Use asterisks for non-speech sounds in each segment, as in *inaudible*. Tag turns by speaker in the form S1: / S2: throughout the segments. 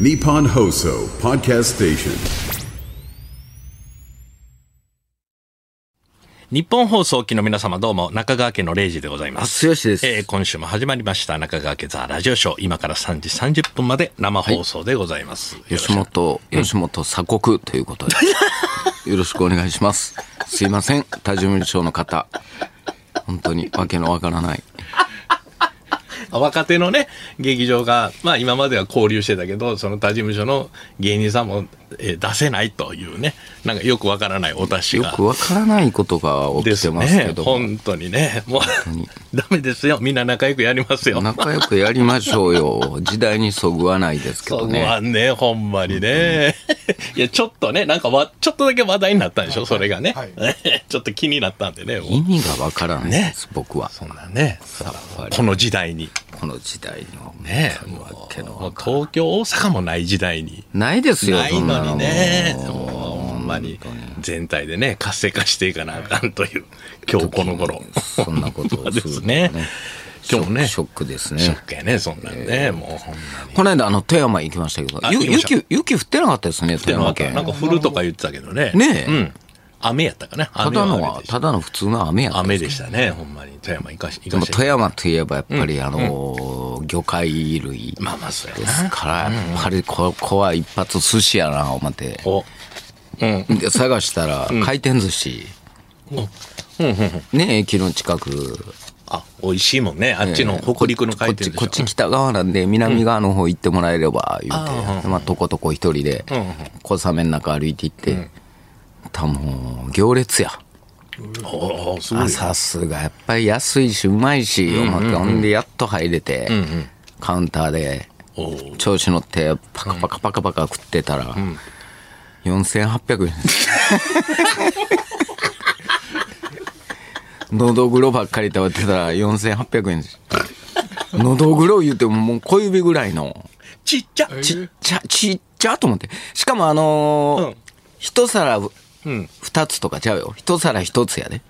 S1: Nippon Hoso Podcast Station.
S2: 日本放送機の皆様どうも、中川家の0時でございます。
S3: 剛です
S2: えー今週も始まりました、中川家ザラジオショー。今から3時30分まで生放送でございます。よろしく
S3: 吉本、吉本鎖国とい
S2: *laughs*
S3: うことで。よろしくお願いします。すいません、多重無理症の方。本当に、わけのわからない。
S2: 若手のね、劇場が、まあ今までは交流してたけど、その他事務所の芸人さんも、えー出せないというね、なんかよくわからないお達し
S3: よ
S2: が。
S3: くわからないことが起
S2: で
S3: きて
S2: す
S3: ますけ
S2: ね。
S3: ども、
S2: 本当にね。もう、 *laughs* ダメですよ。みんな仲良くやりますよ。
S3: 仲良くやりましょうよ。時代にそぐわないですけ
S2: そ
S3: ど
S2: う
S3: ね。
S2: はね、ほんまにね。いや、ちょっとね、なんかわ、ちょっとだけ話題になったんでしょ、それがね。 *laughs* ちょっと気になったんでね、もう
S3: 意味がわからないです、僕は。
S2: そんなね、
S3: さっぱり
S2: この時代に。
S3: この時代の。
S2: ね
S3: 本当にわけの
S2: も
S3: わ
S2: う
S3: か
S2: 東京、大阪もない時代に。
S3: ないですよ、
S2: ない
S3: そんな
S2: のにね、もうほんまに、全体でね、活性化していかなあかんと *laughs* いう、今日この頃。
S3: そんなことを
S2: です
S3: る
S2: す
S3: のね
S2: *laughs* ね。今日もね、
S3: ショックです
S2: ショ
S3: ね
S2: ッ。クやね、そんなんね、もうほんまに。
S3: この間、あの、富山行きましたけど
S2: あ、
S3: ゆ
S2: 行きました
S3: 雪、雪降ってなかったですね、富山県。
S2: なんか降るとか言ってたけどね。
S3: ねえ
S2: うん。雨やったかな。
S3: た
S2: 雨
S3: だの
S2: 雨
S3: は
S2: で、した
S3: だの普通の雨やった。
S2: 雨でしたね、ほんまに。富山行かし、行
S3: で
S2: か
S3: も
S2: し。
S3: 富山といえばやっぱりあのー、魚介類
S2: まあまあ、そうや
S3: で
S2: な
S3: す。から、やっぱりここは一発寿司やな、思って。
S2: お、
S3: で、探したら、回転寿司。ね、駅の近く。
S2: あ、美味しいもんね。あっちの北陸の回転でしょ
S3: こっちこっち北側なんで南側の方行ってもらえれば言うて、
S2: あ
S3: まあ、とことこ一人で小雨の中歩いて行って、たもう行列や
S2: おおすごい
S3: あ。さすがやっぱり安いしうまいし、思ってほんでやっと入れて、カウンターで
S2: おー
S3: 調子乗ってパカパカパカパカ食ってたら、4800円のどぐろばっかり食べてたら4800円ですのどぐろ言うてももう小指ぐらいの
S2: ちっちゃ。
S3: ちっちゃちっちゃと思ってしかもあのー
S2: うん
S3: 一皿
S2: うん。
S3: 二つとかちゃうよ一皿一つやで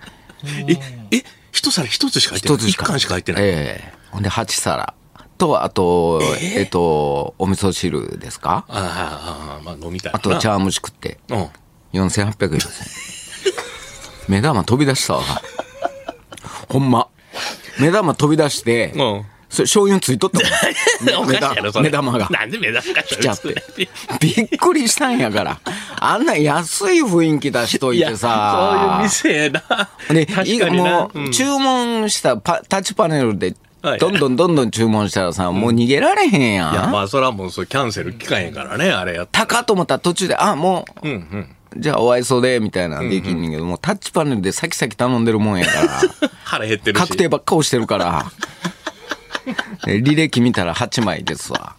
S2: え、え、一皿一つしか入ってない。
S3: 一つし
S2: 一
S3: か
S2: 貫しか入ってない。
S3: ええほんで8皿とあと
S2: え
S3: えっ、とお味噌汁ですか
S2: あーあー、あーまあ飲みたいな。
S3: あと茶碗蒸し食って
S2: うん。
S3: 4800円ですね目玉飛び出したわほんま目玉飛び出して、
S2: うん
S3: それ醤油ついとったもん
S2: *laughs* おかしいやろそれ
S3: 目玉が
S2: なんで目玉が来
S3: 来ちゃってびっくりしたんやからあんな安い雰囲気出しとい
S2: いや
S3: て
S2: さ
S3: さ
S2: そういう店やな。
S3: で
S2: 確
S3: い
S2: かにな
S3: も。
S2: うん
S3: う注文したパタッチパネルで
S2: はい
S3: どんどんどんどん注文したらさ、もう逃げられへんやん
S2: いや、まあそれはもうそうキャンセル期間やからね、あれやったら。
S3: 高と思ったら途中であも
S2: う
S3: う
S2: んうん。
S3: じゃあお愛想でみたいなのできんねんけど、もうタッチパネルでさきさき頼んでるもんやから。
S2: 腹減ってるし。
S3: 確定ばっか押して
S2: *laughs*
S3: るから。え履歴見たら8枚ですわ。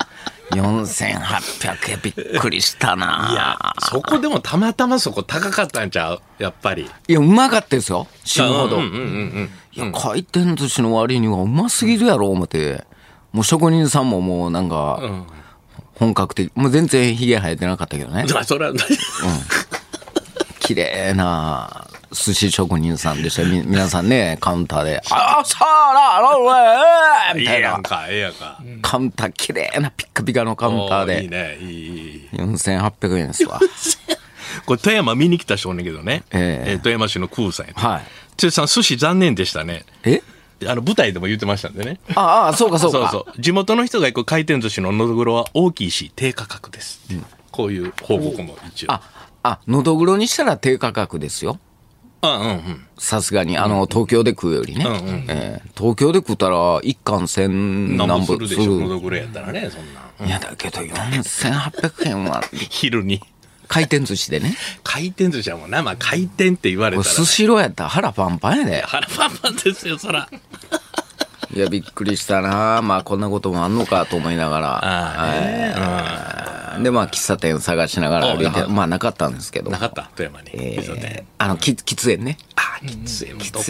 S3: 4800円びっくりした
S2: いや
S3: な。、
S2: そこでもたまたまそこ高かったんちゃうやっぱり。
S3: いや、うまかったですよ。死ぬほど。
S2: うんうんうん
S3: いや、回転寿司の割にはうますぎるやろ、思って。もう職人さんももうなん
S2: うん。う
S3: か、
S2: ん
S3: 本格的。もう全然ヒゲ生えてなかったけどね。
S2: まあ、それは、 *laughs*
S3: 綺麗な寿司職人さんでした。み、皆さんね、カウンタ
S2: *laughs*
S3: ーで、あーさあら、あら、うわー
S2: ええ
S3: みたい
S2: や。
S3: なん
S2: か、ええやんか。
S3: カウンター、綺麗なピッカピカのカウンター
S2: おいいね、
S3: で、
S2: いい、いい。
S3: 4800
S2: *laughs*
S3: 円ですわ。
S2: これ、富山見に来た人おんねんけどね。
S3: ええ
S2: 富山市のクーさんやね。
S3: はい。
S2: 剛さん、寿司残念でしたね。
S3: え
S2: あの、舞台でも言ってましたんでね。
S3: ああ、そうかそう
S2: そう
S3: か。
S2: そう。地元の人が行く回転寿司ののどぐろは大きいし、低価格です。こういう報告も一応。あ、
S3: あ、あ、のどぐろにしたら低価格ですよ。
S2: うんうん
S3: さすがに、あの、東京で食うよりね。
S2: うんうん
S3: えー東京で食ったら、一貫
S2: うん。
S3: 千
S2: なん
S3: 何
S2: ぼす
S3: 本
S2: る
S3: す
S2: でしょ、の
S3: る。
S2: どぐろやったらね、そんなん。
S3: いや、だけど4800円は、
S2: 昼に。
S3: 回転寿司でね。
S2: 回転寿司はもうな、まあ回転って言われたら。
S3: スシローやったら腹パンパンやで。
S2: 腹パンパンですよ、そら。
S3: いや、びっくりしたなまあ、こんなこともあんのかと思いなが
S2: あ
S3: ら。えーで、まあ、喫茶店探しながら歩いて、まあ、なかったんですけど。
S2: なかった、富山に。
S3: え
S2: そうね
S3: ーあの、き喫煙ね。
S2: あー、喫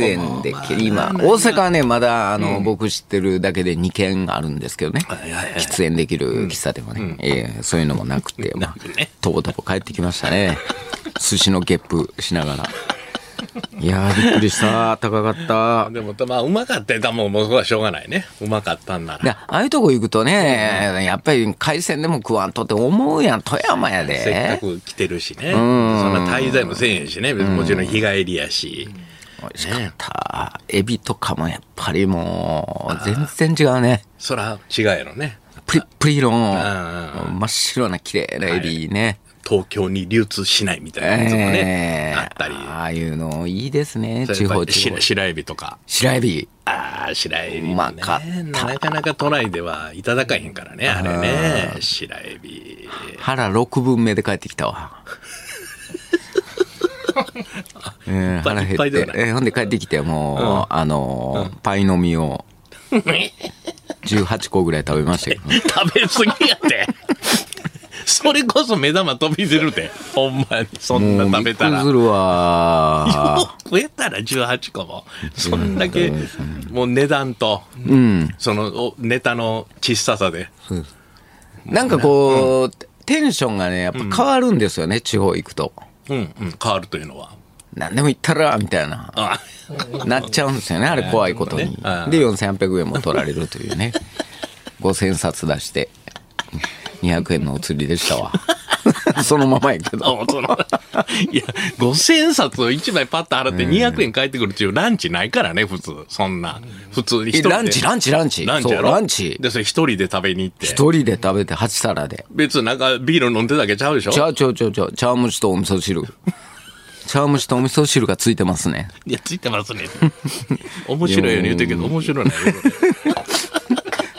S2: 煙もどこも
S3: 喫煙で、今、大阪はね、まだ、あの、僕知ってるだけで2軒あるんですけどね。
S2: いはいはい
S3: 喫煙できる喫茶店はね。ええそういうのもなくて、まあ
S2: *laughs* なくね、
S3: *laughs* とぼとぼ帰ってきましたね。寿司のゲップしながら。いやー、びっくりした。高かった。
S2: でも、まあ、うまかったよ。だもう、もうそこはしょうがないね。うまかったんな
S3: で
S2: ら。
S3: ああいうとこ行くとね、やっぱり海鮮でも食わんとって思うやん。富山や
S2: せっか
S3: で。
S2: く来てるしね。そんな滞在もせえへんしね。別にもちろん日帰りやし。
S3: 美味しかった。エビとかもやっぱりもう、全然違うね。
S2: そら、違うやろね。
S3: プリップリの、
S2: ん
S3: 真っ白な綺麗なエビね。
S2: 東京に流通しないみたいなやつもね、
S3: えー
S2: あったり。
S3: ああいうのいいですね。
S2: それ
S3: 地
S2: やっ
S3: 方
S2: ぱり
S3: 地方
S2: 白。白エビとか。
S3: 白エビ。
S2: ああ、白エビ、ね。
S3: うまかった
S2: なかなか都内ではいただかへんからね、あれね。白エビ。 *laughs*
S3: 腹6分目で帰ってきたわ。えー
S2: ぱい
S3: 腹減
S2: いっぱい
S3: っ
S2: だよ、
S3: て
S2: ね
S3: えーほんで帰ってきてもう、あのーパイの
S2: *laughs*
S3: 実を18個ぐらい食べましたけどね
S2: 食べ過ぎやって。 *laughs* それこそ目玉飛び出るで。ほんまに。そんな
S3: もう
S2: *laughs* 食
S3: び
S2: べ
S3: っく
S2: た
S3: り
S2: ら。
S3: す
S2: よ *laughs*
S3: るわ
S2: う食えたら18個も。そんだけ、もう値段と、そのおネタの小ささで。
S3: なんかこう、テンションがねやっぱ変わるんですよね、地方行くと
S2: うん、うん、変わるというのは。
S3: 何でも行ったらみたいな
S2: あ
S3: *laughs* なっちゃうんです
S2: *laughs*
S3: よねあれ怖いことに、
S2: なるほどねうん
S3: で4800円も取られるというね *laughs* 5000冊出して200円のお釣りでしたわ *laughs* そのままやけど
S2: あその *laughs* いや、5000冊を1枚パッと払って200円返ってくるっていうランチないからね、普通。そんな。普通に一
S3: え
S2: 人で。
S3: ランチランチランチ
S2: ランチ
S3: そ
S2: や
S3: う
S2: ろ
S3: ランチ
S2: で、それ一人で食べに行って。
S3: 一人で食べて8皿で
S2: 別になんかビール飲んでただけちゃうでしょ
S3: ちゃうちゃうちゃうちゃう茶蒸しとお味噌汁茶蒸しとお味噌汁がついてますね
S2: いや、ついてますね。面白いように言うてるけど、面白いないよ。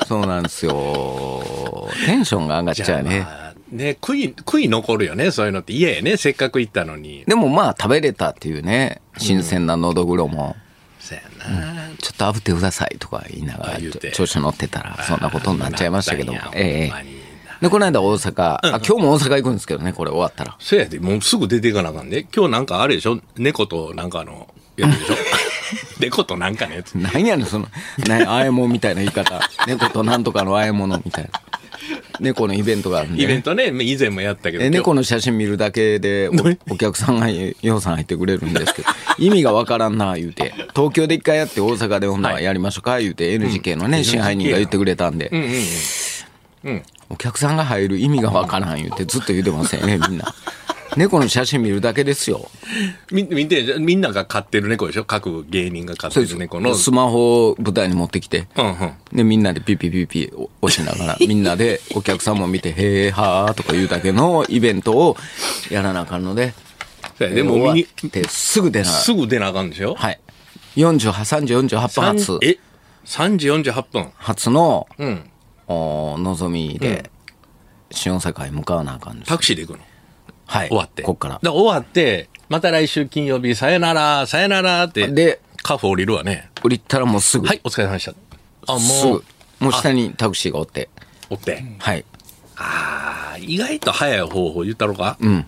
S3: そうなんですよテンションが上がっちゃうね
S2: まあね、悔い、悔い残るよね、そういうのって。嫌やね、せっかく行ったのに。
S3: でもまあ食べれたっていうね新鮮なのどぐろも、
S2: そやな。
S3: ちょっと炙ってくださいとか言いなが
S2: あ
S3: ら
S2: 言うて
S3: 調子乗ってたらそんなことになっちゃいましたけど
S2: なったんや
S3: え
S2: ほ
S3: え
S2: んまに
S3: でこの間大阪あ今日も大阪行くんですけどねこれ終わったら
S2: せやで、もうすぐ出ていかなあかんで。今日なんかあれでしょ猫となんかあの、やつでし
S3: *laughs*
S2: ょ猫となんかのやつ。
S3: 何やねんその何あえもんみたいな言い方猫となんとかのあえものみたいな猫のイベントがあるん
S2: イ
S3: で
S2: ベン
S3: ね
S2: トね、以前もやったけど。
S3: え猫の写真見るだけでおお客さんが洋さん入ってくれるんですけど意味がわからんな言うて東京で一回やって大阪で女はやりましょうか言うて NGK のね支配人が言ってくれたんで
S2: うんうんうん。
S3: お客さんが入る意味がわからん言うてずっと言うてま
S2: *laughs*
S3: すよね、みんな。猫の写真見るだけですよ。
S2: み、見て、みんなが飼ってる猫でしょ各芸人が飼ってる猫の。
S3: スマホを舞台に持ってきて。
S2: うんうん。
S3: で、みんなでピピピピ押しな
S2: *laughs*
S3: がら、みんなでお客さんも見て、へーはーとか言うだけのイベントをやらなあかんので。
S2: せやでも
S3: 終
S2: 見
S3: わ
S2: に、
S3: ってすぐ出な。
S2: すぐ出なあかんでしょ
S3: はい。48、38分発
S2: 三。え3時48分。
S3: 初の、
S2: ん
S3: おのぞみで、新大阪へ向かわなあかんです。
S2: タクシーで行くの。
S3: はい。
S2: 終わって。
S3: こっから。
S2: だ終わって、また来週金曜日、さよなら、さよならって。
S3: で、
S2: カフ降りるわね。
S3: 降りたらもうすぐ。
S2: はい、お疲れ様でした。あ、
S3: す
S2: も
S3: ぐ
S2: う、。
S3: もう下にタクシーがおって。
S2: おって。
S3: はい。
S2: ああ、意外と早い方法言ったろかうん。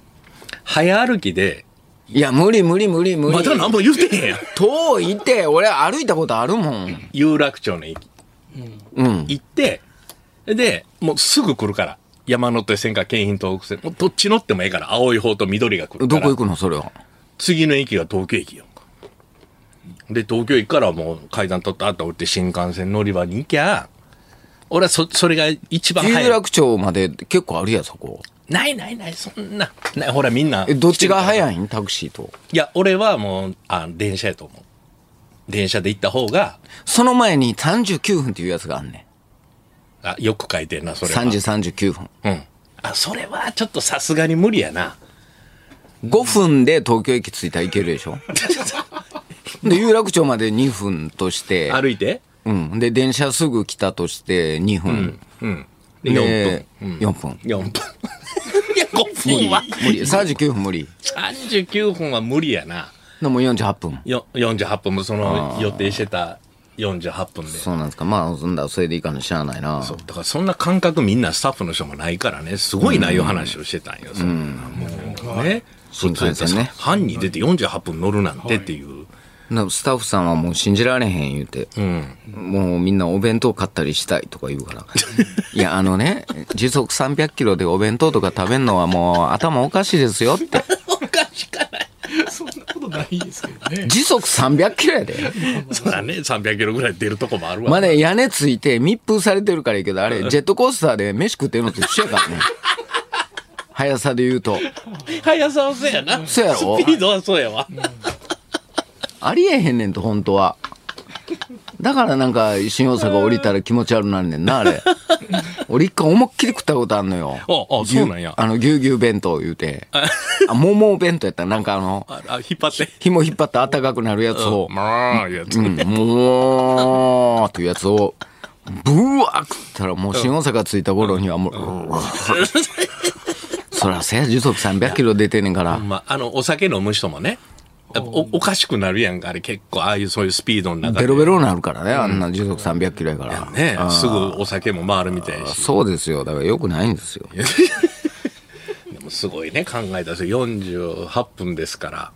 S2: 早歩きで、
S3: いや、無理無理無理無理。
S2: まだ何も言うてへんやん。
S3: 遠いって、俺歩いたことあるもん。
S2: 有楽町の駅
S3: うん。
S2: 行って、で、もうすぐ来るから。山手線か京浜東北線。もうどっち乗ってもええから。青い方と緑が来るか
S3: ど
S2: ら。
S3: こ行くのそれは。
S2: 次の駅が東京駅よ。で、東京駅からもう階段取った後降りて新幹線乗り場に行きゃ、俺はそ、それが一番早
S3: 有
S2: い。
S3: 楽町まで結構あるやん、そこ。
S2: ないないない、そんな。ないほらみんな。
S3: え、どっちが
S2: い
S3: 早いんタクシーと。
S2: いや、俺はもう、あ、電車やと思う。電車で行った方が、
S3: その前に39分っていうやつがあんね
S2: あ、よく書いてんな、そ
S3: ん。
S2: れは。
S3: 3時39分。
S2: うん。あ、それはちょっとさすがに無理や *laughs* な。
S3: 5分で東京駅着いたら行けるで
S2: *laughs*
S3: しょ。で、有楽町まで2分として。
S2: 歩いて
S3: うん。で、電車すぐ来たとして2分。
S2: うん。で、4
S3: で
S2: 分。、
S3: 4分。
S2: 4分。 *laughs* いや、5分は。
S3: 無理。39分無理。
S2: 39分は無理やな。
S3: でも48分。
S2: よ48分もその予定してた48分で。
S3: そうなんですか。まあ、そんだ、それでいいかもしゃあないな。
S2: だからそんな感覚みんなスタッフの人もないからね、すごいないう話をしてたんよ。そんなもうね。
S3: 新幹線ね
S2: 班に出て48分乗るなんてっていう。
S3: なスタッフさんはもう信じられへん言うて、もうみんなお弁当買ったりしたいとか言うから。 *laughs* いや、あのね、時速300キロでお弁当とか食べんのはもう頭おかしいですよって。
S2: おかしかない。
S4: そんなことない。
S2: いですけどね。
S3: 時速300キロやで。
S2: *laughs* そうだね、300キロぐらい出るとこもあるわ。
S3: まだ屋根ついて密封されてるからいいけど、あれ、ジェットコースターで飯食ってるのと一緒や
S2: *laughs*
S3: からね。速さで言うと。
S2: 速さはそうやな。
S3: そうやろ
S2: スピードはそうやわ。
S3: ありえへんねんと、本当は。だからなんか、新大阪降りたら気持ち悪なんねんな、あれ。俺一回思いっきり食ったことあんのよ。
S2: ああそうなんや
S3: ぎゅあの、ぎゅうぎゅう弁当言
S2: *laughs*
S3: うて。あ、もも弁当やったら、なんかあの、
S2: あ、あ引っ張って。
S3: 紐引っ張って暖かくなるやつを。
S2: まあ、いやつ。
S3: うん、もう、というやつを、ブワー食ったら、もう新大阪着いた頃にはもう、うわそらせや、時速300キロ出てんねんから。
S2: まあ、あの、お酒飲む人もね、やっぱおおかしくなるやんか、あれ結構、ああいうそういうスピードの中で。
S3: ベロベロになるからね、あんな時速300キロやから。
S2: ねすぐお酒も回るみたいやし。
S3: そうですよ。だから良くないんですよ。
S2: でもすごいね、考えたら48分ですから。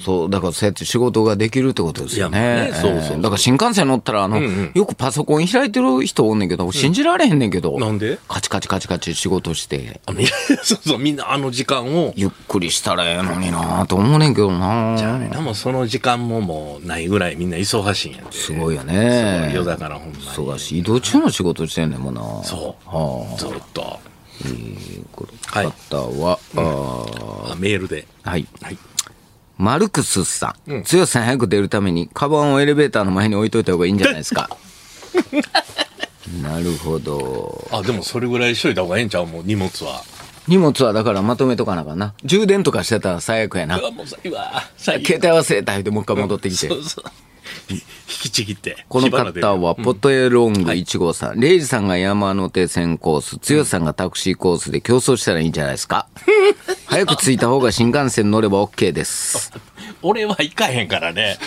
S3: そう、だからそうやって仕事ができるってことですよね。
S2: いやまあねそうそう
S3: えーだから新幹線乗ったら、あの、よくパソコン開いてる人おんねんけど、信じられへんねんけど。
S2: なんで
S3: カチカチカチカチ仕事して、
S2: あのいや *laughs* そうそう、みんなあの時間を、
S3: ゆっくりしたらええのになぁと思うねんけどな
S2: あれなもうその時間ももうないぐらいみんな忙しいんや
S3: すごいよね。
S2: 夜だからほんまに。そう。
S3: 忙しい。移動中の仕事してんねんもんな。
S2: ずっと。はい
S3: 方は、あ
S2: あメールで。
S3: ーはい。
S2: はい。
S3: マルクスさん。強さん早く出るために、カバンをエレベーターの前に置いといた方がいいんじゃないです
S2: *laughs*
S3: か。なるほど。
S2: あ、でもそれぐらいしといた方がええんちゃうもう荷物は。
S3: 荷物はだからまとめとかなあかんな。充電とかしてたら最悪やな
S2: う。わ、もうさ、うわ、最
S3: 携帯忘れた言うてもう一回戻ってきて。
S2: そうそう。ひ引きちぎって。
S3: この
S2: 火花
S3: 方
S2: 出る
S3: は、ポトエロング1号さん。レイジさんが山手線コース、剛さんがタクシーコースで競争したらいいんじゃないです *laughs* か。早く着いた方が新幹線乗れば OK です。
S2: 俺は行かへんからね。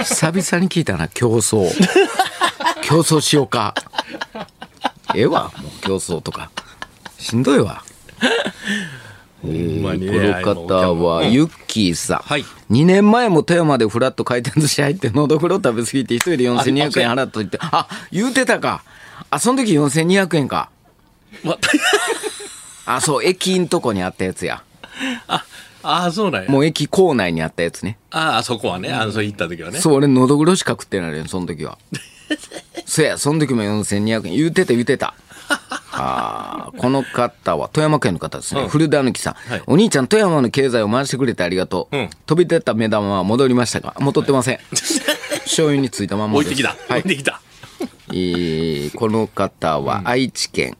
S3: 久々に聞いたな、競 *laughs* 争。競争しようか。ええわ、もう競争とか。しんどいわ。
S2: ほんまに
S3: こ
S2: ね
S3: の方は、ユッキーさん。
S2: はい
S3: 2年前も富山でフラッと回転寿司入って、のどぐろ食べ過ぎて、一人で4200円払っといて、あ、言うてたか。あ、その時4200円か。
S2: わ
S3: あ、そう、駅んとこにあったやつや。
S2: *laughs* あ、ああ、そうなんや。
S3: もう駅構内にあったやつね。
S2: ああ、そこはね、あの、それ行った時はね。
S3: そう、俺、のどぐろしか食ってないのよ、その
S2: *laughs*
S3: 時は。そや、その時も4200円。言うてた、言うてた。あーこの方は、富山県の方ですね。古田貫さん、
S2: い
S3: お兄ちゃん、富山の経済を回してくれてありがとう。
S2: ん
S3: 飛び出た目玉は戻りましたか戻ってません。醤油についたまんま
S2: 置
S3: で
S2: い
S3: す。
S2: てきた。
S3: は
S2: 置
S3: い
S2: いてきた。
S3: えーこの方は愛知県、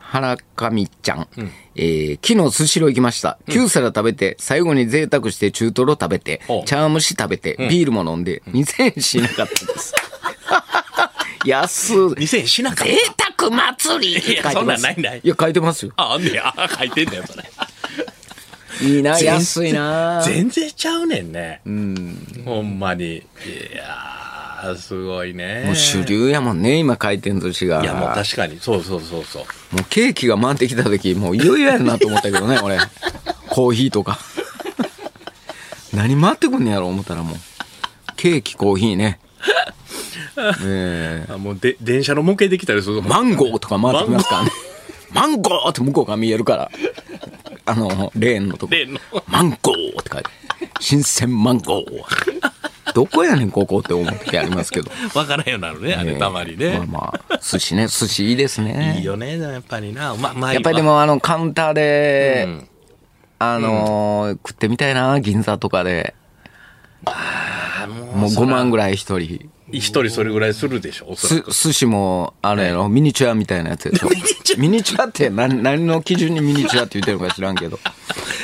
S3: 原上ちゃん、えー昨日スシロー行きました、9皿食べて最後に贅沢して中トロ食べて
S2: お
S3: 茶碗蒸し食べて、ビールも飲んで、2000円しなかったです *laughs* 安い
S2: 2000円しなかった
S3: 贅沢祭りって書いてま
S2: いや
S3: す
S2: そんなんないない
S3: いや書いてますよ
S2: あ、あんねや。あ書いてんだよ、それ。
S3: いいな安いな
S2: 全然ちゃうねんね。ほんまに。いやー、すごいね。
S3: もう主流やもんね今回転寿司が
S2: いや、もう確かに。そうそうそうそう。
S3: もうケーキが回ってきた時もういよいよやなと思ったけど
S2: *laughs*
S3: ね俺コーヒーとか何回ってくんねやろ思ったらもうケーキコーヒーねえ
S2: あもうで、電車の模型できたりする
S3: マンゴーとか回ってきますからねマンゴーって向こうが見えるからあのレーンのとこ
S2: レーンの
S3: マンゴーって書いて新鮮マンゴーどこやねんここって思う時ありますけど
S2: わからんようになるね、あ *laughs* れ、たまに
S3: えー
S2: ね。
S3: まあまあ寿司ね寿司いいですね
S2: いいよね、やっぱりな。ま、まあ、
S3: やっぱりでもあのカウンターで、あのー食ってみたいな、銀座とかで。
S2: あ、もう
S3: もう5万ぐらい一人。
S2: 一人それぐらいするでしょ、おそら
S3: す、寿司も、あれやろ、ミニチュアみたいなや
S2: *laughs*
S3: つでしょ。ミニチュアって何、何の基準にミニチュアって言ってるのか知らん
S2: *laughs*
S3: けど。
S2: く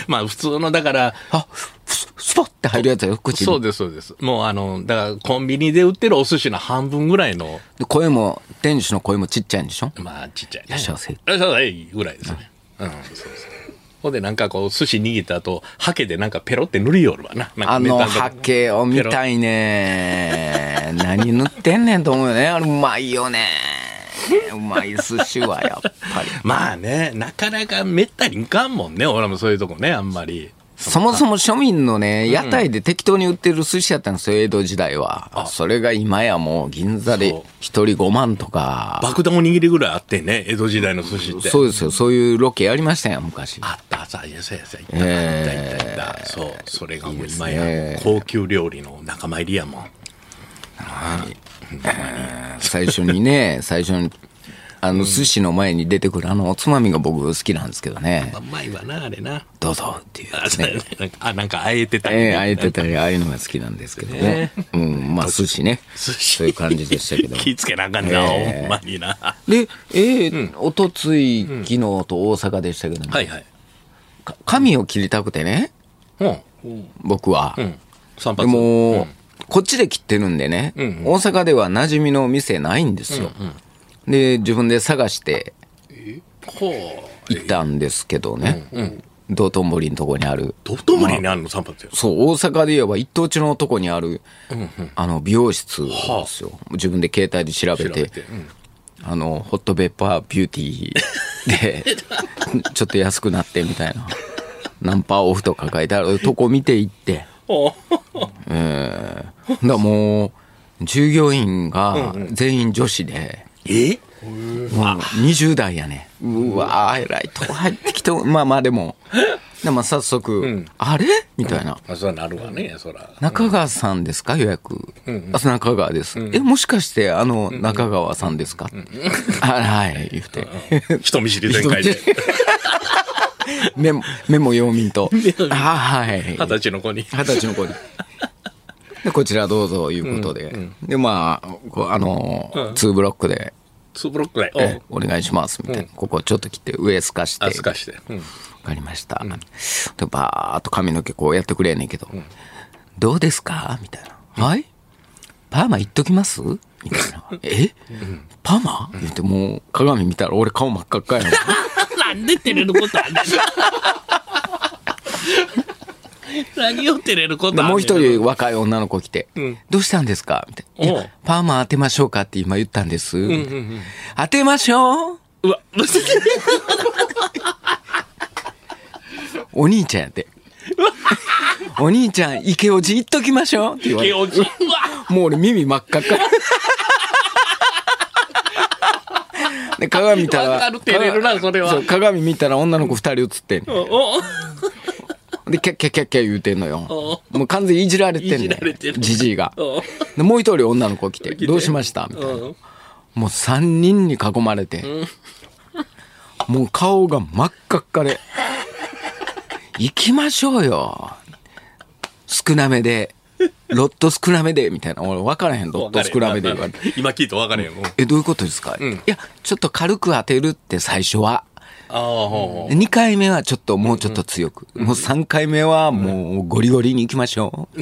S2: まあ、普通の、だから、
S3: あ、ススポッって入るやつやろ、口
S2: そう
S3: に。
S2: です、そうです。もう、あの、だから、コンビニで売ってるお寿司の半分ぐらいの、
S3: で声も、店主の声もちっちゃいんでしょ
S2: まあ、ちっちゃい、ね。
S3: いらっしゃいませ
S2: いらっしゃいませぐらいですね。うん、そうそう。ほんで、なんかこう、寿司握った後、ハケでなんかペロって塗りよるわな。なんか
S3: あ
S2: ネ
S3: の
S2: タとか
S3: 波形を見たいね。何塗ってんねんと思うよね。あれうまいよね。うまい寿司はやっぱり。
S2: まあね、なかなかめったにいかんもんね、俺もそういうとこね、あんまり。
S3: そもそも庶民のね、屋台で適当に売ってる寿司やったんですよ、江戸時代は。それが今やもう銀座で
S2: そう
S3: 1人5万とか。
S2: 爆弾おにぎりぐらいあってね、江戸時代の寿司って。
S3: そうですよ、そういうロケやりましたよ、昔。
S2: あった、あった、いやそうやそうや、いった、いった、いった、いった。そう、それがもう今や、高級料理の仲間入りやもん。
S3: 最初
S2: *laughs*
S3: にね、最初に、あの、寿司の前に出てくるあのおつまみが僕好きなんですけどね
S2: まあ。うまいわな、あれな。
S3: どうぞっていうや
S2: あ、
S3: つ
S2: そう
S3: ね
S2: や。 *laughs* なんかあなんか、あえてたりね
S3: ええあえてたり、ああいうのが好きなんですけどね。うん、まあ、寿司ね。
S2: 寿司
S3: そういう感じでしたけ
S2: *laughs*
S3: ど。
S2: 気ぃつけなあかんな、
S3: え
S2: ほ
S3: え
S2: んまにな。は
S3: で、ええおとつい、昨日と大阪でしたけども、
S2: いはい。
S3: か髪を切りたくてね、
S2: うん。
S3: 僕は。
S2: うん。散
S3: で
S2: 髪。
S3: も、こっちで切ってるんでね、
S2: ん
S3: 大阪では馴染みの店ないんですよ。で、自分で探して
S2: ほう。
S3: 行ったんですけどね、道頓堀のとこにある。
S2: ど太もりにあるの、散髪よ。
S3: そう、大阪で言えば一等地のとこにある、あの、美容室なんですよ。自分で携帯で調べ
S2: 調べ
S3: て、
S2: て。うん
S3: あの、ホットペッパービューティ
S2: *laughs*
S3: ーで、ちょっと安くなってみたいな。ナンパーオフとか書いてあるとこ見ていって、
S2: ほう
S3: えー、だからもう、従業員が全員女子で、
S2: え
S3: もう20代やね。うわー、偉いとこ入って *laughs* きて、まあまあでも、でまあ早速、あれみたいな。
S2: まあ、そらなるわね、そら。
S3: 中川さんですか予約。あそう中川です。え、もしかして、あの、中川さんですか、 *laughs* あはい、言って。
S2: 人見知り全開で。
S3: *laughs* メモ、 *laughs* メモ用民と。あはい。
S2: 二十歳の子に。
S3: 二十歳の子 *laughs* に。で、こちらどうぞ、いうことで。で、まあ、こうあのー、2ブロックで、
S2: ツーブロックぐらい。
S3: え
S2: お
S3: お願いします、みたいな。ここちょっと切って、上透かして。
S2: あすかして。うん。
S3: わかりました。で、バーっと髪の毛こうやってくれやねんけど、どうですかみたいな。はいパーマいっときますみたい *laughs* な。えパーマ言ってもう鏡見たら俺顔真っ赤っかやん。
S2: なんで照れることあんねん。 *laughs* 何を照れることあんねん。
S3: もう一人若い女の子来て、どうしたんですかみたいな。
S2: お
S3: い
S2: う
S3: やパーマ当てましょうかって今言ったんです。みたいな当てましょう
S2: うわ、むずい
S3: お兄ちゃん
S2: *laughs*
S3: やって。お兄ちゃん、池をじっときましょうって言われて。
S2: おじいわ。
S3: もう俺耳真っ赤
S2: *laughs*
S3: っか。で鏡見た
S2: わからる照れるなそれは
S3: う鏡見たら女の子二人映ってんね
S2: お
S3: んでキャッキャッキャッキャ言うてんのよもう完全にいじられてん
S2: いじられて
S3: ね
S2: る
S3: んじじいが
S2: お
S3: でもう一人女の子来て「どうしました?」みたいな
S2: お
S3: もう三人に囲まれて、もう顔が真っ赤っかで「行きましょうよ少なめでロット少なめで」みたいな俺分からへんロット少なめで言われて。
S2: 今聞いて分からへんよ。
S3: え、どういうことですか、いや、ちょっと軽く当てるって最初は。
S2: ああ、ほ
S3: 2回目はちょっともうちょっと強く。もう3回目はもうゴリゴリに行きましょう。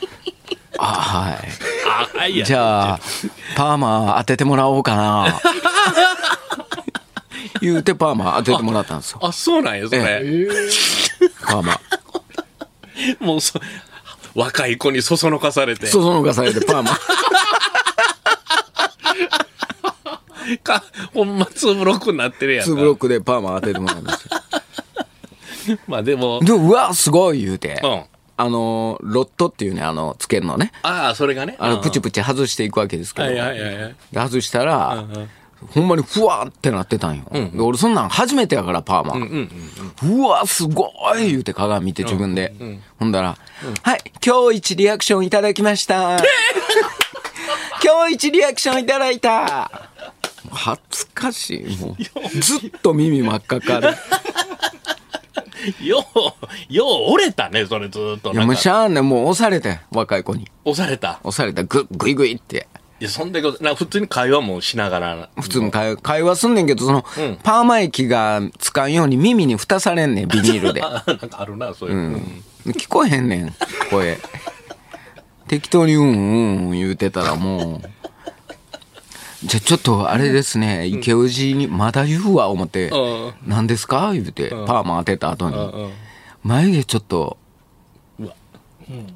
S3: *laughs* あ、は
S2: う。ああ、い
S3: い。
S2: や。
S3: じゃあ、パーマ当ててもらおうか
S2: *laughs*
S3: な。言うてパーマ当ててもらったんですよ。
S2: あ、そうなんや、それ。
S3: パーマ。
S2: もう、そ、若い子にそそのかされて。
S3: そそのかされてパ
S2: *laughs*
S3: ーマ。
S2: か、ほんま2ブロックになってるやんか。
S3: 2ブロックでパーマ当ててもらいま
S2: *laughs*
S3: した。
S2: まあでも、
S3: で、うわ、すごい言うて。
S2: うん
S3: あの、ロットっていうね、あの、つけるのね。
S2: ああ、それがね。
S3: あの、
S2: うん
S3: プチプチ外していくわけですけど。
S2: *laughs* はいはいはいはい。
S3: で外したら、ほんまにふわーってなってたんよ、で俺そんなん初めてやからパーマ、うわすごい言うて鏡見て自分で、ほんだら、はい今日一リアクションいただきました *laughs* 今日一リアクションいただいた恥ずかしいもうずっと耳真っ赤っかで
S2: よう、よう折れたね、それずーっと。
S3: いや
S2: なん
S3: も
S2: か
S3: うしゃあんねんもう押されて若い子に
S2: 押された。
S3: 押されたグッグイグイって
S2: いや、そんだけ、なんか普通に会話もしながら。
S3: 普通の会話会話すんねんけど、その、パーマ液がつかんように耳に蓋されんねん、ビニールで。
S2: あなんかあるな、そういう。うん
S3: 聞こえへんねん、声。適当にうんうん言うてたらもう。じゃあちょっとあれですね、池尾寺にまだ言うわ、思って
S2: うん。
S3: 何ですか言うて、パーマ当てた後
S2: う
S3: に。
S2: ん
S3: 眉毛ちょっと、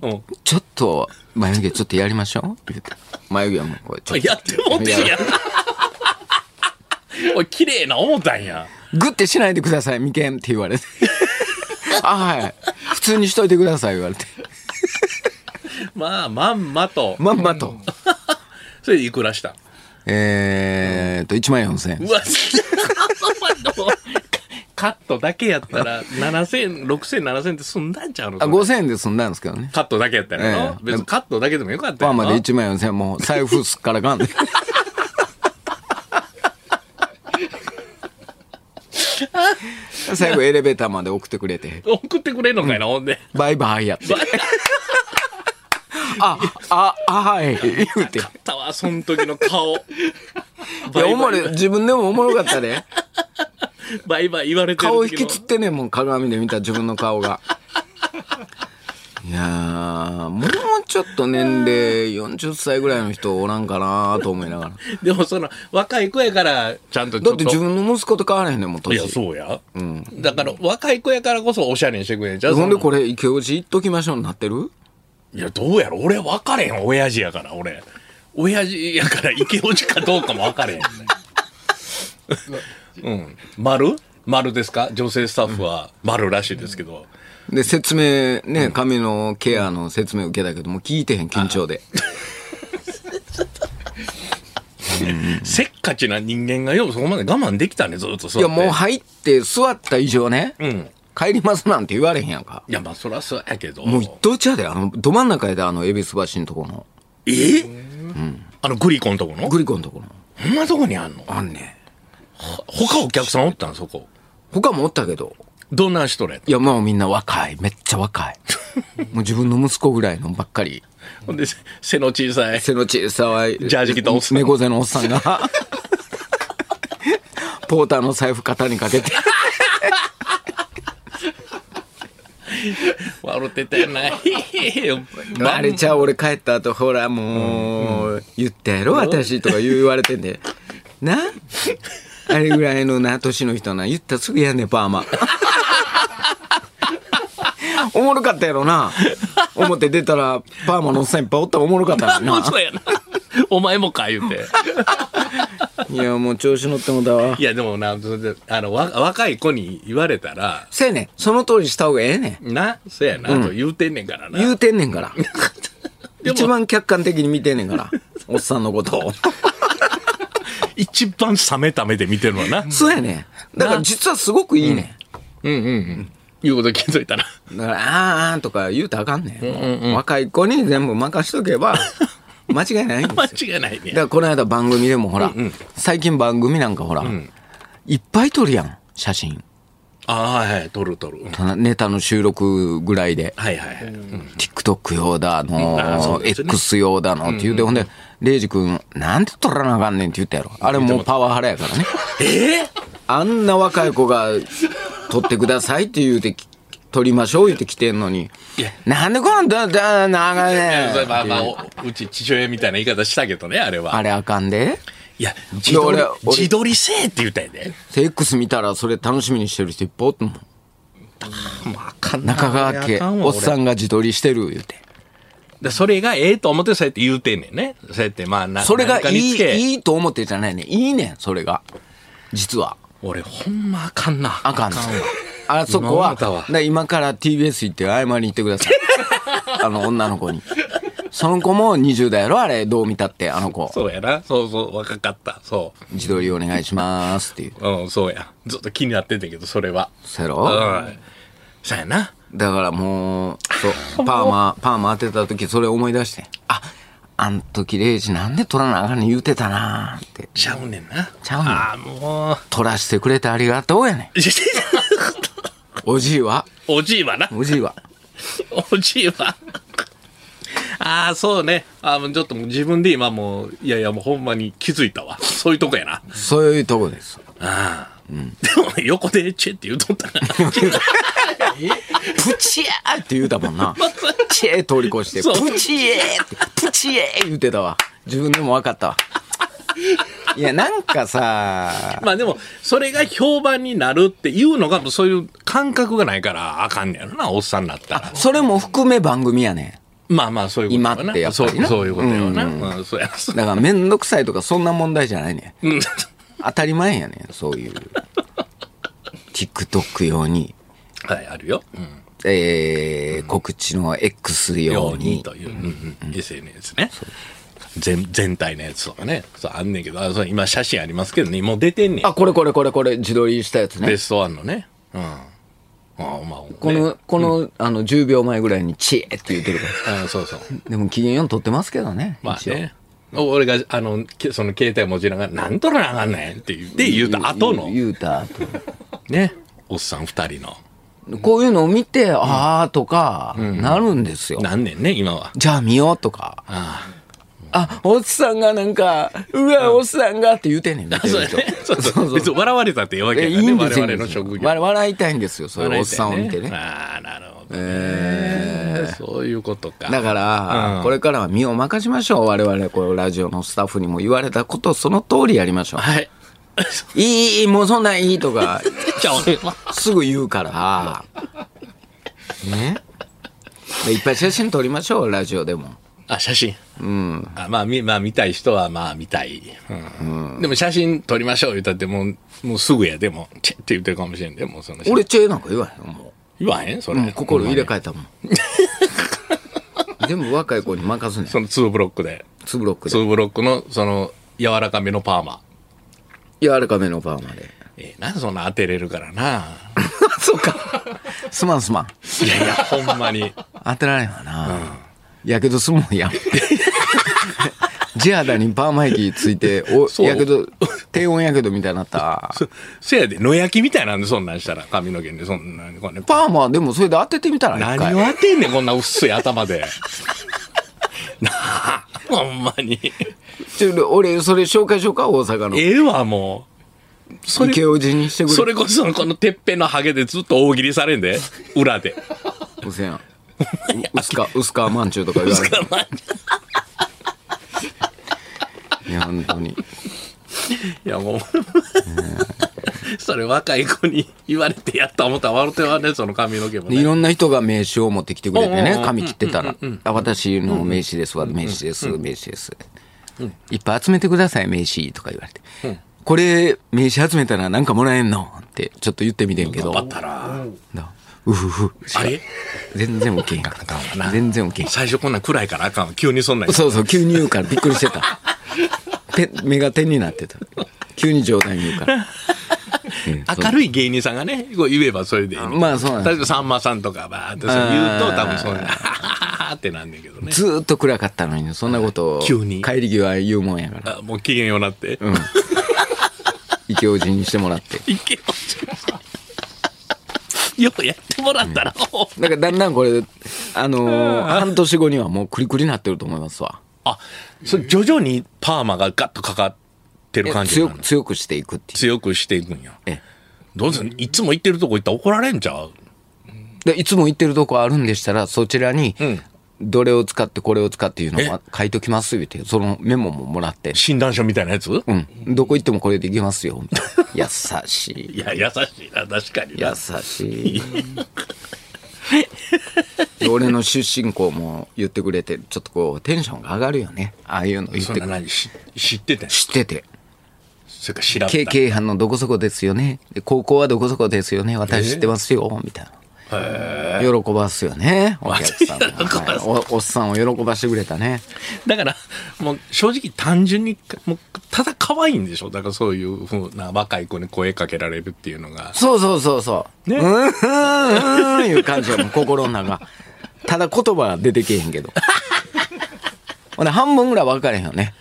S2: うん
S3: ちょっと、眉毛ちょっとやりましょう言うて。眉毛はもうこれちょっ
S2: やってもうてるやん。 *laughs* おい、綺麗な思ったんや。 *laughs*
S3: と。グッてしないでください、眉間って言われて。あ、はい。普通にしといてください、言われて。
S2: まあ、まんまと。
S3: まんまと。
S2: それでいくらしたん
S3: えーっと、1万4000円。
S2: うわ、カットだけやったら、7000、6000、7000って済んだんちゃうの
S3: あ、5000円で済んだんですけどね。
S2: カットだけやったらやろ、
S3: ええ
S2: 別にカットだけでもよかった
S3: パー
S2: よな
S3: マで1万4000円、もう財布すっからかんで。 *laughs* 最後エレベーターまで送ってくれて、
S2: 送ってくれんのかいな、ほんで。
S3: バイバイやって。あ、あ、あ、はい、言うて。い
S2: あったわ、その時の顔。バイ
S3: や、
S2: バイ
S3: おもろい、自分でもおもろかったで。
S2: バイバイ言われてる時の
S3: 顔引きつってねもう鏡で見た自分の顔がいやーもうちょっと年齢40歳ぐらいの人おらんかなと思いながら
S2: でもその、若い子やから、ちゃんとち
S3: だ
S2: ょ
S3: っ
S2: ってと。
S3: 自分の息子と変わらへんねんもん
S2: いや、
S3: 年
S2: そうや。だから、若い子やからこそおしゃれにしてくれんちゃう
S3: ほんで
S2: その
S3: これ池オジ言っときましょうになってる
S2: いや、どうやろ俺分かれへん、親父やから、俺。親父やから、イケオジかどうかも分かれへんね。
S3: *laughs*
S2: うん。丸丸ですか女性スタッフは丸らしいですけど。
S3: で説明ね髪のケアの説明受けたけどもう聞いてへん緊張で
S2: せっかちな人間がようそこまで我慢できたね、ずっとそう。
S3: いやもう入って座った以上ね、
S2: ん
S3: 帰りますなんて言われへんやんか
S2: いや、まあ、そらそうやけど。
S3: もう一等地やであのど真ん中やであの恵比寿橋のとこの
S2: えあの、グリコのとこの
S3: グリコのとこの
S2: ほんなとこにあんの
S3: あんね
S2: 他お客さんおったんそこ。
S3: ん他もおったけど
S2: どんな人らやっ
S3: いや、もうみんな若い。めっちゃ若
S2: *laughs*
S3: い。もう自分の息子ぐらいのばっかり。
S2: たほんで、背の小さい。
S3: 背の小さい。
S2: ジャージ着たおっさん
S3: 猫背のおっさ
S2: *laughs*
S3: んが。ポーターの財布肩にかけて。
S2: 笑ってたや *laughs* ない。
S3: あれちゃう、俺帰った後、ほら、もう、言ったやろ、私とか言う言われてんで。なあれぐらいのな、年の人な、言ったらすぐやんね
S2: *laughs*
S3: ん、パーマ。おもろかったやろな。表出たら、パーマのおっさんいっぱいおったらおもろかったのに
S2: *laughs* もう
S3: な。
S2: そうやな。お前もか言うて。
S3: いや、もう調子乗ってもだわ
S2: *laughs* い。や、でもな、それであの、わ若い子に言われたら、
S3: せやねん。その通りした方がええねん。
S2: な、そやな、と言うてんねんからな。
S3: 言うてんねん *laughs* から。
S2: でも
S3: 一番客観的に見てんねん *laughs* から。おっさんのことを。
S2: 一番冷めた目で見てるわな。
S3: そうやねん。だから実はすごくいいね
S2: うんうんうん。いうこと気づいたな。 *laughs*
S3: ん。だから、あーあーとか言うたらあかんねん。若い子に全部任しとけ *laughs* ば、間違いないんですよ。
S2: 間
S3: だか
S2: 違いないね。
S3: らこの間番組でもほら、最近番組なんかほら、いっぱい撮るやん、写真。
S2: ああ、はい、撮る撮る。うん
S3: ネタの収録ぐらいで。
S2: はいはいはい。うん、
S3: TikTok 用だの、
S2: あーそうですね
S3: X 用だのって言うて、ほんで、レイジ君、なんで取らなあかんねんって言ったやろ。あれもうパワハラやからね。
S2: えー
S3: あんな若い子が、取ってくださいって言うてき、取りましょう言って来てんのに
S2: いや、
S3: なんでこんなんだ、だ、なあかんねんっ
S2: それまあ
S3: て
S2: まあ
S3: いう。
S2: おうち父親みたいな言い方したけどね、あれは。
S3: あれあかんで
S2: いや、自撮り
S3: 俺俺、
S2: 自撮りせえって言ったんやで。
S3: で X 見たらそれ楽しみにしてる人いっぱいおったもん。中川家、おっさんが自撮りしてる言うて。
S2: でそれがええと思ってそうやって言うてんねんね。そうやってまあな、
S3: それが
S2: なんか
S3: い
S2: につ
S3: い、
S2: け
S3: いいと思ってじゃないね。いいねん、それが。実は。
S2: 俺ほんまあかんな。
S3: あかんの。あそこ
S2: 今思
S3: は、
S2: ったわ
S3: だから今から TBS 行って謝りに行って
S2: *laughs*
S3: ください。あの女の子に。その子も20代やろあれ、どう見たって、あの子。
S2: そうやな。そうそう、若かった。そ
S3: 自撮りお願いしますっていう。
S2: う。うん、そうや。ずっと気になってんだけど、それは。
S3: そうや
S2: う
S3: ろ
S2: ん。そうやな。
S3: だからもう、そう、パーマ、パーマ当てた時それ思い出して。あ、あん時レイジなんで撮らなあかんの言うてたなーって。
S2: ちゃうねんな。
S3: ちゃうねん
S2: ああ、もう。 *laughs*
S3: 撮らしてくれてありがとうやねん。おじいは
S2: おじいはな。
S3: おじいは。
S2: おじいは。 *laughs* ああ、そうね。あーもうちょっともう自分で今もう、いやいやもうほんまに気づいたわ。そういうとこやな。
S3: そういうとこです。
S2: ああ。でもね横でチェって言うとったから。
S3: プチエーって言うたもん
S2: *laughs*
S3: な。チエー通り越して、
S2: そう
S3: プチエーって、プチエー言うてたわ。自分でも分
S2: *laughs*
S3: かったわ。いや、なんかさ、
S2: *laughs* まあでも、それが評判になるっていうのが、もうそういう感覚がないから、あかんねやろな、おっさんになったら。
S3: それも含め番組やね
S2: まあまあ、そういうことよな
S3: 今ってやっぱりな
S2: そう。そういうことよな。うん、そうや。
S3: ん。だからめんどくさいとかそんな問題じゃないね
S2: うん *laughs*
S3: ん。当たり前やねん、そういう。TikTok 用に
S2: はい、あるよ。うん
S3: えー、告知の X
S2: よ
S3: 用
S2: う
S3: に
S2: にという、うんうん SNS ね。全全体のやつとかね。そうあんねんけど、あそう今写真ありますけどね、もう出てんねん
S3: あ、。これこれこれこれ、自撮りしたやつね
S2: ベ。ストワンのね。うん。ああ、まあ、
S3: こ
S2: ね、
S3: の、この、あの、10秒前ぐらいに、チエって言ってるから。
S2: うん、そうそう。
S3: でも、機嫌4取ってますけどね。
S2: まあ
S3: 一応
S2: ね。俺が、あの、けその携帯持ちながら、なんとらなあかんねんって言って、言うた後の、
S3: 言うた後
S2: ね、おっさん二人の、
S3: こういうのを見て、あーとか、なるんですよ。
S2: なんねんね、今は。
S3: じゃあ見ようとか。
S2: あ
S3: あ、おっさんがなんか、うわ、おっさんがって言うてんねん、見
S2: あ。
S3: て
S2: そう
S3: る
S2: や
S3: 人
S2: ね。そうそう。別に笑われたって言うわけ
S3: え、い
S2: や
S3: いん
S2: か
S3: で
S2: らね、
S3: すよ。
S2: 我々の職業。
S3: わ笑いたいんですよ、そういうおっさんを見てね。
S2: ああ、なるほど、ね。えそういうことか。
S3: だから、これからは身を任しましょう。我々、こう、ラジオのスタッフにも言われたことをその通りやりましょう。
S2: はい。
S3: いいいい、もうそんなんいいとか、
S2: じゃあ俺は。
S3: すぐ言うから。ね。でいっぱい写真撮りましょう、ラジオでも。
S2: あ、写真。うん。あまあ、み、まあ、見たい人は、まあ、見たい。うん。でも、写真撮りましょう言ったって、もう、もうすぐやで、もう、チェって言ってるかもしれんで、もうその人
S3: 俺、チェなんか言わへん、も。
S2: 言わへんそうれ。
S3: もう心入れ
S2: え。
S3: 替えたもん。全部若い子に任すね
S2: その2ブロックで。
S3: ん。ツーブロックで。
S2: 2ブロックの、その、柔らかめのパーマ。
S3: 柔らかめのパーマで。
S2: ええな、そんな当てれるからな。
S3: そうか。すまんすまん。
S2: いやいや、ほんまに。
S3: 当てられんわな。やけどするもんや。地肌にパーマ液ついて、お、
S2: そう
S3: やけど、低温やけどみたいになった。
S2: そせやで、野焼きみたいなんで、そんなんしたら、髪の毛に、そんなん、これ、
S3: パーマでもそれで当ててみたら一
S2: 何
S3: 回。
S2: を当てんねん、こんな薄い頭で。なあ、ほんまに。
S3: ちょ俺、それ紹介しようか、大阪の。
S2: ええわ、もう。それ
S3: 池王子にしてくれ。
S2: それこそ、このてっぺんのハゲでずっと大喜利されんで、裏で。
S3: うせやん。う *laughs* 薄か、薄かまんちゅうとか言われて。いや、本当に。
S2: いや、もう。それ若い子に言われてやった思ったら笑ってはね、その髪の毛も
S3: でい
S2: ね。
S3: ろんな人が名刺を持ってきてくれて
S2: うんうんう
S3: ね
S2: ん、
S3: 髪切ってたら。あ、私の名刺ですわ、名刺です、名刺です。いっぱい集めてください、名刺とか言われて。これ、名刺集めたらなんかもらえんのって、ちょっと言ってみてんけど。
S2: あったら、
S3: なうふふ。
S2: あれ
S3: 全然ウケへんかった。全然ウケへん。
S2: 最初こんなん暗いからあかんわ。急にそんなん
S3: そうそう、急に言うからびっくりしてた。 *laughs* て目が点になってた。急に冗談言う
S2: *laughs*
S3: から。
S2: 明るい芸人さんがね、こう言えばそれでいい。
S3: まあそうなんです
S2: 例えばさんまさんとかばーってそう言うと、多分そんな、はってなんねんけどね。
S3: ずーっと暗かったのに、そんなことを
S2: 急に
S3: 帰り際言うもんやから。
S2: あもう機嫌ようなって。うん。
S3: 意気にしてもらって。
S2: *laughs* いけよ。よくやってもらったら、ほんま
S3: だからだんだんこれ、あのー半年後にはもうクリクリになってると思いますわ。
S2: あ、それ徐々にパーマがガッとかかってる感じ
S3: 強
S2: なの
S3: く、強くしていくっていう。
S2: 強くしていくんや。
S3: え
S2: どうせいつも行ってるとこ行ったら怒られんちゃう
S3: えで、いつも行ってるとこあるんでしたら、そちらに、どれを使ってこれを使っていうのを書いときますって、そのメモももらって、
S2: 診断書みたいなやつ、
S3: う
S2: い
S3: ん、どこ行ってもこれで行けますよ、みたいな優しい。
S2: や、優しいな、確かにな。
S3: 優しい俺の出身校も言ってくれてちょっとこうテンションが上がるよねああいうの言っ
S2: そ
S3: て
S2: ん
S3: く
S2: な
S3: れ
S2: 何し知ってて。
S3: 知ってて
S2: それか知らん
S3: 「
S2: かっ
S3: KK 班のどこそこですよねで高校はどこそこですよね私知ってますよ」みたいな。喜ばすよねお客さん
S2: 喜ばす
S3: をおおっさんを喜ばしてくれたね
S2: ただから、もう正直単純に、もうただ可愛いんでしょだからそういうふうな若い子に声かけられるっていうのが。
S3: そうそうそうそう、
S2: ね
S3: うーんうーんいう感じやもん心の中ただ言葉は出てけえへんけど *laughs* ほんで半分ぐらい分かれへんよね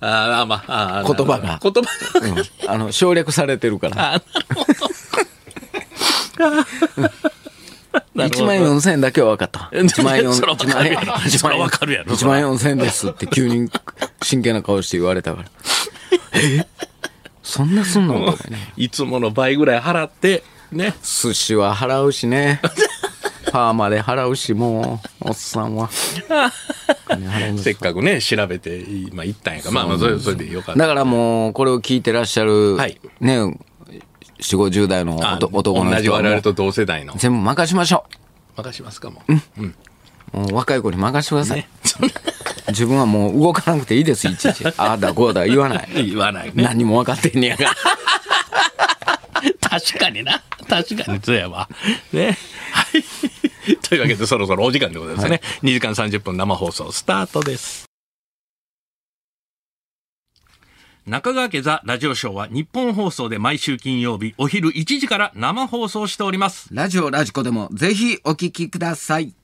S2: あーあー、まあ、あー
S3: 言葉が
S2: 言葉が。
S3: うんあの省略されてる
S2: *laughs*
S3: から
S2: なるほ
S3: 1
S2: ど
S3: 万4000円だけは分か
S2: *laughs*
S3: った
S2: え
S3: 1万4000円
S2: そら分かるやろそら分かるやろ
S3: 1万4000円ですって急に真剣な顔して言われたから *laughs* えそんなすん
S2: *laughs*
S3: のとかね
S2: いつもの倍ぐらい払って、ね。
S3: 寿司は払うしねパーマで払うしもうおっさんは金払います
S2: せっかくね、調べて、今行ったんやから。まあまあ、それそれでよかった。
S3: だからもうこれを聞いてらっしゃる、
S2: はい
S3: ね4 5 0代の
S2: あ
S3: 男男の
S2: 同じ
S3: 人は
S2: 我
S3: もう
S2: 々と同世代の。
S3: 全部任しましょ
S2: 任しますかもう。うん。
S3: うもう若い子に任してください、
S2: ね。
S3: *laughs* 自分はもう動かなくていいですいち
S2: *laughs*
S3: いちああだこうだ言わない
S2: 言わないね。
S3: 何にも分かってんねやから
S2: *laughs* 確かにな。確かに、そうやわ。ね。はい。というわけ *laughs* で、そろそろお時間でございますね。2時間30分生放送スタートです。中川家ザラジオショーは日本放送で毎週金曜日お昼1時から生放送しております。
S3: ラジオラジコでもぜひお聞きください。